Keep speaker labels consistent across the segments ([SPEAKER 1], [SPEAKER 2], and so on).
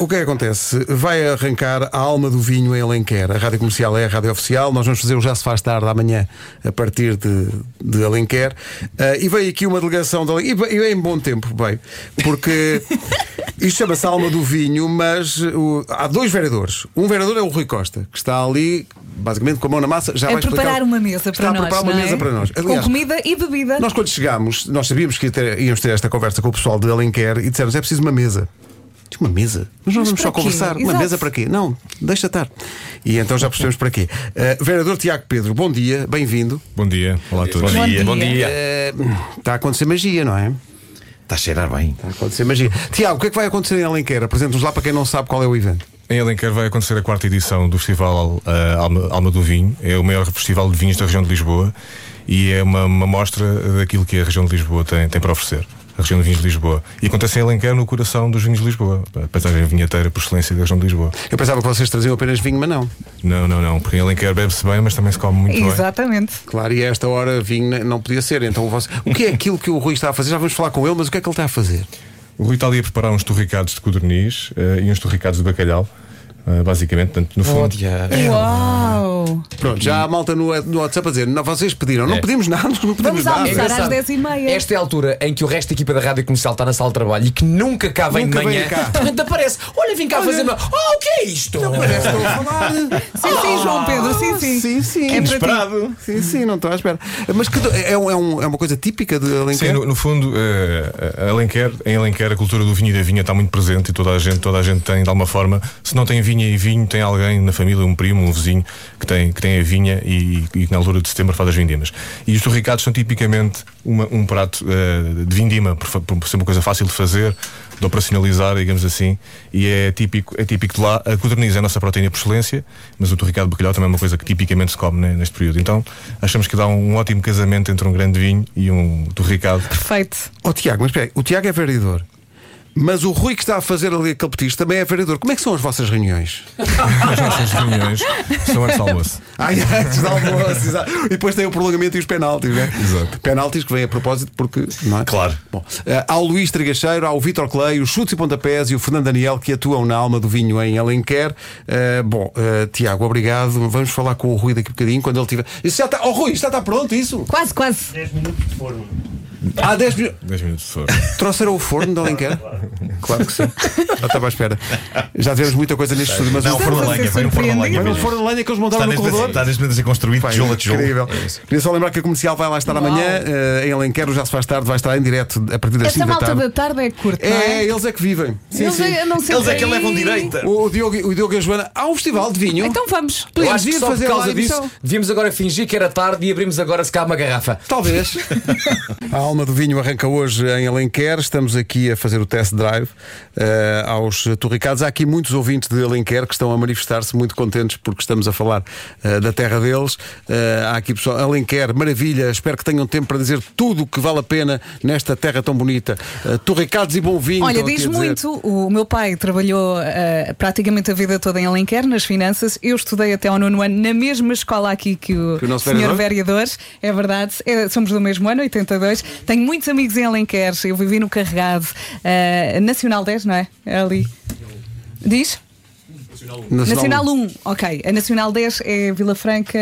[SPEAKER 1] O que é que acontece? Vai arrancar a alma do vinho em Alenquer. A rádio comercial é a rádio oficial. Nós vamos fazer o Já Se Faz Tarde amanhã, a partir de, de Alenquer. Ah, e veio aqui uma delegação de Alenquer. E ve- E veio em bom tempo, bem, porque isto chama-se Alma do Vinho, mas o- há dois vereadores. Um vereador é o Rui Costa, que está ali, basicamente, com a mão na massa. Já
[SPEAKER 2] A
[SPEAKER 1] vai explicar-
[SPEAKER 2] preparar uma
[SPEAKER 1] Tá
[SPEAKER 2] mesa
[SPEAKER 1] está
[SPEAKER 2] para nós.
[SPEAKER 1] a preparar uma
[SPEAKER 2] não é?
[SPEAKER 1] mesa para nós. Aliás,
[SPEAKER 2] Com comida e bebida.
[SPEAKER 1] nós, quando chegámos, nós sabíamos que ia ter- íamos ter esta conversa com o pessoal de Alenquer e dissemos: é preciso uma mesa. Diz, Uma mesa? Mas não
[SPEAKER 2] Mas
[SPEAKER 1] vamos só
[SPEAKER 2] para quê?
[SPEAKER 1] conversar. Uma
[SPEAKER 2] Exato.
[SPEAKER 1] mesa para quê? Não, deixa estar. E então já percebemos para quê. Eh, vereador Tiago Pedro, bom dia, bem-vindo.
[SPEAKER 3] Bom dia, olá a todos.
[SPEAKER 2] Bom dia.
[SPEAKER 4] Bom dia.
[SPEAKER 1] Eh, está a acontecer magia, não é? Está
[SPEAKER 4] Está a cheirar bem.
[SPEAKER 1] a acontecer magia. Tiago, o que é que vai acontecer em Alenquer? Apresenta-nos lá para quem não sabe qual é o evento.
[SPEAKER 3] Em Alenquer vai acontecer a quarta edição do Festival eh, Alma, Alma do Vinho. É o maior festival de vinhos da região de Lisboa e é uma, uma mostra daquilo que a região de Lisboa tem, tem para oferecer. A região de vinhos de Lisboa. E acontece em Alenquer, no coração dos vinhos de Lisboa. A paisagem vinheteira por excelência da região de Lisboa.
[SPEAKER 1] Eu pensava que vocês traziam apenas vinho, mas não.
[SPEAKER 3] Não, não, não. Porque em Alenquer bebe-se bem, mas também se come muito bem.
[SPEAKER 2] Exatamente.
[SPEAKER 1] Claro, e a esta hora vinho ne- não podia ser. Então você- o que é aquilo que o Rui está a fazer? Já vamos falar com ele, mas o que é que ele está a fazer?
[SPEAKER 3] O Rui está ali a preparar uns torricados de codorniz eh, e uns torricados de bacalhau. eh, basicamente, portanto, no fundo.
[SPEAKER 1] É.
[SPEAKER 2] Uau!
[SPEAKER 1] Pronto, já há malta no, no WhatsApp a dizer, não, vocês pediram, não
[SPEAKER 4] É.
[SPEAKER 1] pedimos nada, não pedimos
[SPEAKER 2] Vamos almoçar.
[SPEAKER 1] nada.
[SPEAKER 2] Será às 10h30.
[SPEAKER 4] Esta é a altura em que o resto da equipa da rádio comercial está na sala de trabalho e que nunca cá vem
[SPEAKER 1] Nunca
[SPEAKER 4] de
[SPEAKER 1] vem
[SPEAKER 4] manhã.
[SPEAKER 1] cá.
[SPEAKER 4] De repente aparece: Olha, vim cá fazer uma. Oh, o que é isto?
[SPEAKER 1] Parece que estou a falar. Ah,
[SPEAKER 2] Sim, sim, João Pedro, sim, sim.
[SPEAKER 1] Sim, sim.
[SPEAKER 2] É para ti.
[SPEAKER 1] Sim, sim, não estou à espera. Mas que do- é, um- é um- é uma coisa típica de Alenquer?
[SPEAKER 3] Sim, no, no fundo, eh, Alenquer, em Alenquer a cultura do vinho e da vinha está muito presente e toda a gente, toda a gente tem de alguma forma, se não tem vinha e vinho, tem alguém na família, um primo, um vizinho que tem, que tem a vinha e, e que na altura de setembro faz as vindimas. E os torricados são tipicamente uma- um prato eh, de vindima, por, fa- por ser uma coisa fácil de fazer, de operacionalizar, digamos assim, e é típico, é típico de lá. A codorniz é a nossa proteína por excelência, mas o torricado de bacalhau também é uma coisa que tipicamente se come né, neste período. Então, achamos que dá um ótimo casamento entre um grande vinho e um torricado.
[SPEAKER 2] Perfeito.
[SPEAKER 1] Ó Oh, Tiago, mas espera aí, o Tiago é vereador. Mas o Rui que está a fazer ali aquele petisco também é vereador. Como é que são as vossas reuniões?
[SPEAKER 3] As nossas reuniões são antes do almoço.
[SPEAKER 1] Ai, antes de almoço, exato. E depois tem o prolongamento e os penaltis, não é?
[SPEAKER 3] Exato.
[SPEAKER 1] Penaltis que vêm a propósito porque. Não é?
[SPEAKER 3] Claro.
[SPEAKER 1] Bom, eh, há o Luís Trigacheiro, há o Vítor Clay, o Chutes e Pontapés e o Fernando Daniel que atuam na alma do vinho em Alenquer. Eh, bom, eh, Tiago, obrigado. Vamos falar com o Rui daqui a bocadinho quando ele tiver. Isso já está. Oh, Rui, isto já está pronto isso?
[SPEAKER 2] Quase, quase.
[SPEAKER 5] 10 minutos de forno.
[SPEAKER 1] Há 10 minutos.
[SPEAKER 3] 10 minutos de fora.
[SPEAKER 1] Trouxeram o forno de Alenquer? claro que sim. Já estava à espera. Já tivemos muita coisa neste estudo, mas
[SPEAKER 6] Não,
[SPEAKER 1] o
[SPEAKER 2] Estamos
[SPEAKER 6] forno
[SPEAKER 2] a
[SPEAKER 6] a lenha,
[SPEAKER 2] ser
[SPEAKER 6] foi um forno a lenha.
[SPEAKER 2] surpreendidos.
[SPEAKER 1] Foi um
[SPEAKER 6] mesmo.
[SPEAKER 1] forno a lenha que eles montaram
[SPEAKER 6] Está
[SPEAKER 1] no
[SPEAKER 6] neste,
[SPEAKER 1] corredor.
[SPEAKER 6] está neste momento a ser construído
[SPEAKER 1] Pá, é
[SPEAKER 6] tijolo a tijolo. É
[SPEAKER 1] Incrível. Queria só lembrar que a comercial vai lá estar amanhã eh, em Alenquer, o já se faz tarde, vai estar em direto a partir das 5
[SPEAKER 2] Esta
[SPEAKER 1] da
[SPEAKER 2] malta da
[SPEAKER 1] tarde.
[SPEAKER 2] tarde é curta. não
[SPEAKER 1] É,
[SPEAKER 2] é?
[SPEAKER 1] eles é que vivem. Sim,
[SPEAKER 2] Eles
[SPEAKER 1] sim.
[SPEAKER 2] é- andam sempre
[SPEAKER 6] Eles é que
[SPEAKER 2] aí.
[SPEAKER 6] levam direita.
[SPEAKER 1] O, Diogo, o Diogo e a Joana, há um festival de vinho.
[SPEAKER 2] Então vamos.
[SPEAKER 4] Eu
[SPEAKER 1] Podemos
[SPEAKER 4] acho que
[SPEAKER 1] ir
[SPEAKER 4] só por
[SPEAKER 1] É fazer então. lá
[SPEAKER 4] causa
[SPEAKER 1] a
[SPEAKER 4] disso
[SPEAKER 1] emissão.
[SPEAKER 4] devíamos agora fingir que era tarde e abrimos agora se cá uma garrafa.
[SPEAKER 1] Talvez. a alma do vinho arranca hoje em Alenquer. Estamos aqui a fazer o test drive eh, aos torricados. Há aqui muitos ouvintes de Alenquer que estão a manifestar-se muito contentes porque estamos a falar eh, da terra deles. Eh, há aqui pessoal. Alenquer, maravilha. Espero que tenham tempo para dizer tudo o que vale a pena nesta terra tão bonita. Eh, torricados e bom vinho.
[SPEAKER 2] Olha,
[SPEAKER 1] estão aqui
[SPEAKER 2] diz
[SPEAKER 1] a Então, dizer.
[SPEAKER 2] muito. O meu pai trabalhou ah, praticamente a vida toda em Alenquer, nas finanças. Eu estudei até ao nono ano na mesma escola aqui que o,
[SPEAKER 1] Que o nosso
[SPEAKER 2] senhor
[SPEAKER 1] vereador?
[SPEAKER 2] vereador. É verdade. É, somos do mesmo ano, 82. Tenho muitos amigos em Alenquer. Eu vivi no Carregado ah, Nacional 10, não é? É ali. Diz? Nacional 1, ok. A Nacional 10 é Vila Franca,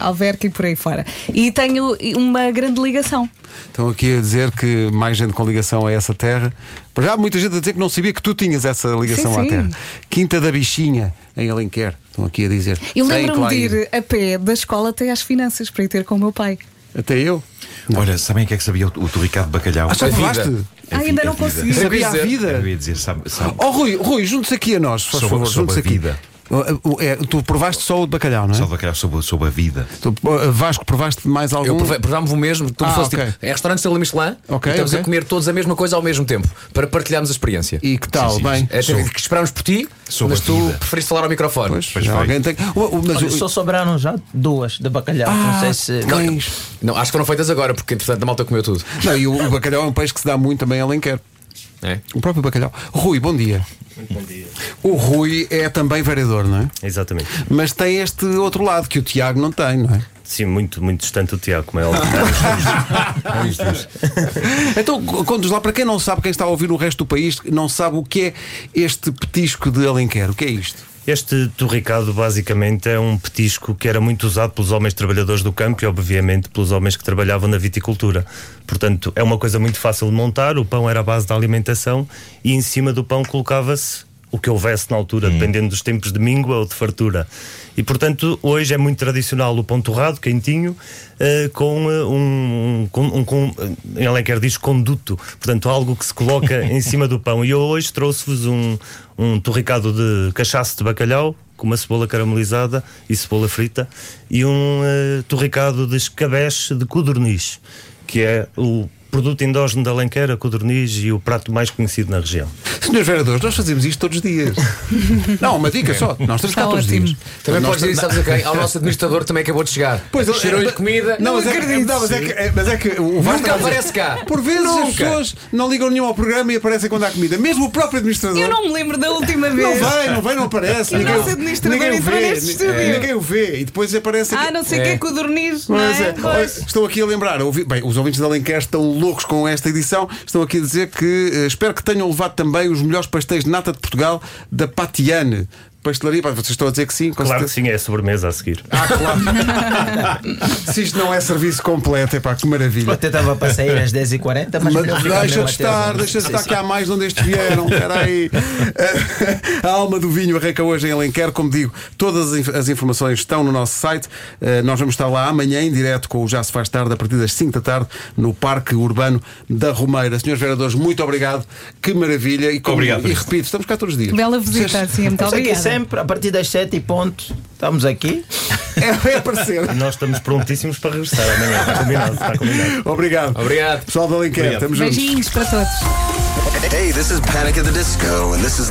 [SPEAKER 2] Alverca e por aí fora. E tenho uma grande ligação.
[SPEAKER 1] Estão aqui a dizer que mais gente com ligação a essa terra. Para já, há muita gente a dizer que não sabia que tu tinhas essa ligação
[SPEAKER 2] Sim,
[SPEAKER 1] à
[SPEAKER 2] sim.
[SPEAKER 1] terra. Quinta da Bichinha, em Alenquer. Estão aqui a dizer.
[SPEAKER 2] Eu
[SPEAKER 1] Sem
[SPEAKER 2] lembro-me de
[SPEAKER 1] Klein.
[SPEAKER 2] ir a pé da escola até às finanças para ir ter com o meu pai.
[SPEAKER 1] Até eu.
[SPEAKER 6] Olha, sabem o que é que sabia o, o Torricado de Bacalhau?
[SPEAKER 1] já
[SPEAKER 4] a vida.
[SPEAKER 1] provaste?
[SPEAKER 2] Ah, ainda não consegui.
[SPEAKER 4] Eu
[SPEAKER 1] Sabia
[SPEAKER 4] ia
[SPEAKER 1] a
[SPEAKER 4] dizer-
[SPEAKER 1] vida.
[SPEAKER 6] Eu ia dizer, sabe, sabe,
[SPEAKER 1] Oh, Rui, Rui, junte-se aqui a nós, se faz
[SPEAKER 6] Sobre-
[SPEAKER 1] favor.
[SPEAKER 6] sobre
[SPEAKER 1] junte-se
[SPEAKER 6] a
[SPEAKER 1] aqui.
[SPEAKER 6] vida.
[SPEAKER 1] Oh, oh, é, tu provaste só o de bacalhau, não é?
[SPEAKER 6] sabe Bacalhau sobre, sobre a vida.
[SPEAKER 1] Tu, oh, Vasco, provaste mais algum?
[SPEAKER 4] Eu prove- provámos o mesmo, como
[SPEAKER 1] Ah,
[SPEAKER 4] se fosse
[SPEAKER 1] ok.
[SPEAKER 4] tipo, em restaurantes da Michelin,
[SPEAKER 1] Ok,
[SPEAKER 4] e estamos
[SPEAKER 1] ok.
[SPEAKER 4] a comer todos a mesma coisa ao mesmo tempo, para partilharmos a experiência.
[SPEAKER 1] E que tal?
[SPEAKER 6] Sim, sim,
[SPEAKER 1] Bem.
[SPEAKER 4] É, temos que esperámos por ti,
[SPEAKER 6] Sobre
[SPEAKER 4] mas
[SPEAKER 6] a
[SPEAKER 4] tu
[SPEAKER 6] vida.
[SPEAKER 4] preferiste falar ao microfone.
[SPEAKER 1] Pois,
[SPEAKER 6] Pois
[SPEAKER 1] já
[SPEAKER 6] foi.
[SPEAKER 1] alguém tem. Oh, oh, mas
[SPEAKER 7] Olha,
[SPEAKER 1] o-
[SPEAKER 7] só sobraram já duas de bacalhau. não sei se.
[SPEAKER 1] Ah,
[SPEAKER 4] Não,
[SPEAKER 1] cães.
[SPEAKER 4] não, acho que foram feitas agora, porque entretanto a malta comeu tudo.
[SPEAKER 1] Não, e o, o bacalhau é um peixe que se dá muito também em Alenquer.
[SPEAKER 4] É?
[SPEAKER 1] O próprio bacalhau. Rui, bom dia.
[SPEAKER 5] Bom dia.
[SPEAKER 1] O Rui é também vereador, não é?
[SPEAKER 5] Exatamente.
[SPEAKER 1] Mas tem este outro lado que o Tiago não tem, não é?
[SPEAKER 5] Sim, muito, muito distante do Tiago, como é óbvio.
[SPEAKER 1] Então, contos lá para quem não sabe, quem está a ouvir no resto do país, não sabe o que é este petisco de Alenquer. O que é isto?
[SPEAKER 5] Este torricado basicamente é um petisco que era muito usado pelos homens trabalhadores do campo e, obviamente, pelos homens que trabalhavam na viticultura. Portanto, é uma coisa muito fácil de montar. O pão era a base da alimentação e em cima do pão colocava-se o que houvesse na altura, dependendo dos tempos de míngua ou de fartura. E, portanto, hoje é muito tradicional o pão torrado, quentinho, eh, com eh, um, com, um, com, eh, em Alenquer diz conduto, portanto, algo que se coloca em cima do pão. E eu hoje trouxe-vos um, um torricado de cachaço de bacalhau com uma cebola caramelizada e cebola frita e um eh, torricado de escabeche de codorniz, que é o produto endógeno da Alenquer, a codorniz e o prato mais conhecido na região.
[SPEAKER 1] Senhores vereadores, nós fazemos isto todos os dias. Não, uma dica só. Nós estamos cá
[SPEAKER 2] Está
[SPEAKER 1] todos os
[SPEAKER 2] ótimo.
[SPEAKER 1] dias.
[SPEAKER 4] Também
[SPEAKER 1] Nós
[SPEAKER 4] podes dizer, sabes a quem? Ao nosso administrador também acabou de chegar.
[SPEAKER 1] Pois, ele-
[SPEAKER 4] Cheirou-lhe
[SPEAKER 1] é-
[SPEAKER 4] comida.
[SPEAKER 1] Não, mas é, que-
[SPEAKER 2] acredito.
[SPEAKER 1] não, mas é que, é- mas é que o Vasco
[SPEAKER 4] Nunca
[SPEAKER 1] está a dizer-
[SPEAKER 4] aparece cá.
[SPEAKER 1] Por vezes as
[SPEAKER 4] Nunca.
[SPEAKER 1] pessoas não ligam nenhum ao programa e aparecem quando há comida. Mesmo o próprio administrador.
[SPEAKER 2] Eu não me lembro da última
[SPEAKER 1] Não
[SPEAKER 2] vez.
[SPEAKER 1] vem, não vem, não aparece.
[SPEAKER 2] O
[SPEAKER 1] ninguém,
[SPEAKER 2] nosso administrador
[SPEAKER 1] ninguém o
[SPEAKER 2] entrou
[SPEAKER 1] vê,
[SPEAKER 2] neste
[SPEAKER 1] ni- é,
[SPEAKER 2] estúdio.
[SPEAKER 1] ninguém o vê. E depois aparece aqui.
[SPEAKER 2] Ah, não sei o que é codorniz, não
[SPEAKER 1] Mas é,
[SPEAKER 2] é? Pois.
[SPEAKER 1] olha, Estou aqui a lembrar, ouvi- bem, os ouvintes da Alenquer estão loucos com esta edição. Estão aqui a dizer que eh, espero que tenham levado também os melhores pastéis de nata de Portugal da Patiane. Pastelaria, pá, vocês estão a dizer que sim, com
[SPEAKER 5] Claro que
[SPEAKER 1] certeza.
[SPEAKER 5] sim, é a sobremesa a seguir.
[SPEAKER 1] Se isto não é serviço completo, é pá, que maravilha.
[SPEAKER 7] Até estava para sair às 10h40, mas,
[SPEAKER 1] Mas
[SPEAKER 7] melhor ficar
[SPEAKER 1] deixa de
[SPEAKER 7] mesmo até às
[SPEAKER 1] estar,
[SPEAKER 7] 11.
[SPEAKER 1] deixa de
[SPEAKER 7] Sim,
[SPEAKER 1] estar
[SPEAKER 7] sim.
[SPEAKER 1] que há mais de onde estes vieram. Peraí. A alma do vinho arranca hoje em Alenquer, como digo, todas as inf- as informações estão no nosso site. Eh, Nós vamos estar lá amanhã em direto com o Já Se Faz Tarde, a partir das 5 da tarde, no Parque Urbano da Romeira. Senhores vereadores, muito obrigado, que maravilha. E, como-
[SPEAKER 6] Obrigado.
[SPEAKER 1] e repito, estamos cá todos os dias.
[SPEAKER 2] Bela visita, assim, muito
[SPEAKER 7] Estamos aqui
[SPEAKER 2] obrigada.
[SPEAKER 7] Então, é sempre, a partir das 7 e ponto, estamos aqui.
[SPEAKER 1] É, é aparecer.
[SPEAKER 5] Nós estamos prontíssimos para regressar amanhã. Está combinado, está combinado.
[SPEAKER 1] Obrigado.
[SPEAKER 4] Obrigado.
[SPEAKER 1] Pessoal da Alenquer, estamos juntos.
[SPEAKER 2] Beijinhos para todos.
[SPEAKER 8] Hey, this is Panic at the Disco, and this is.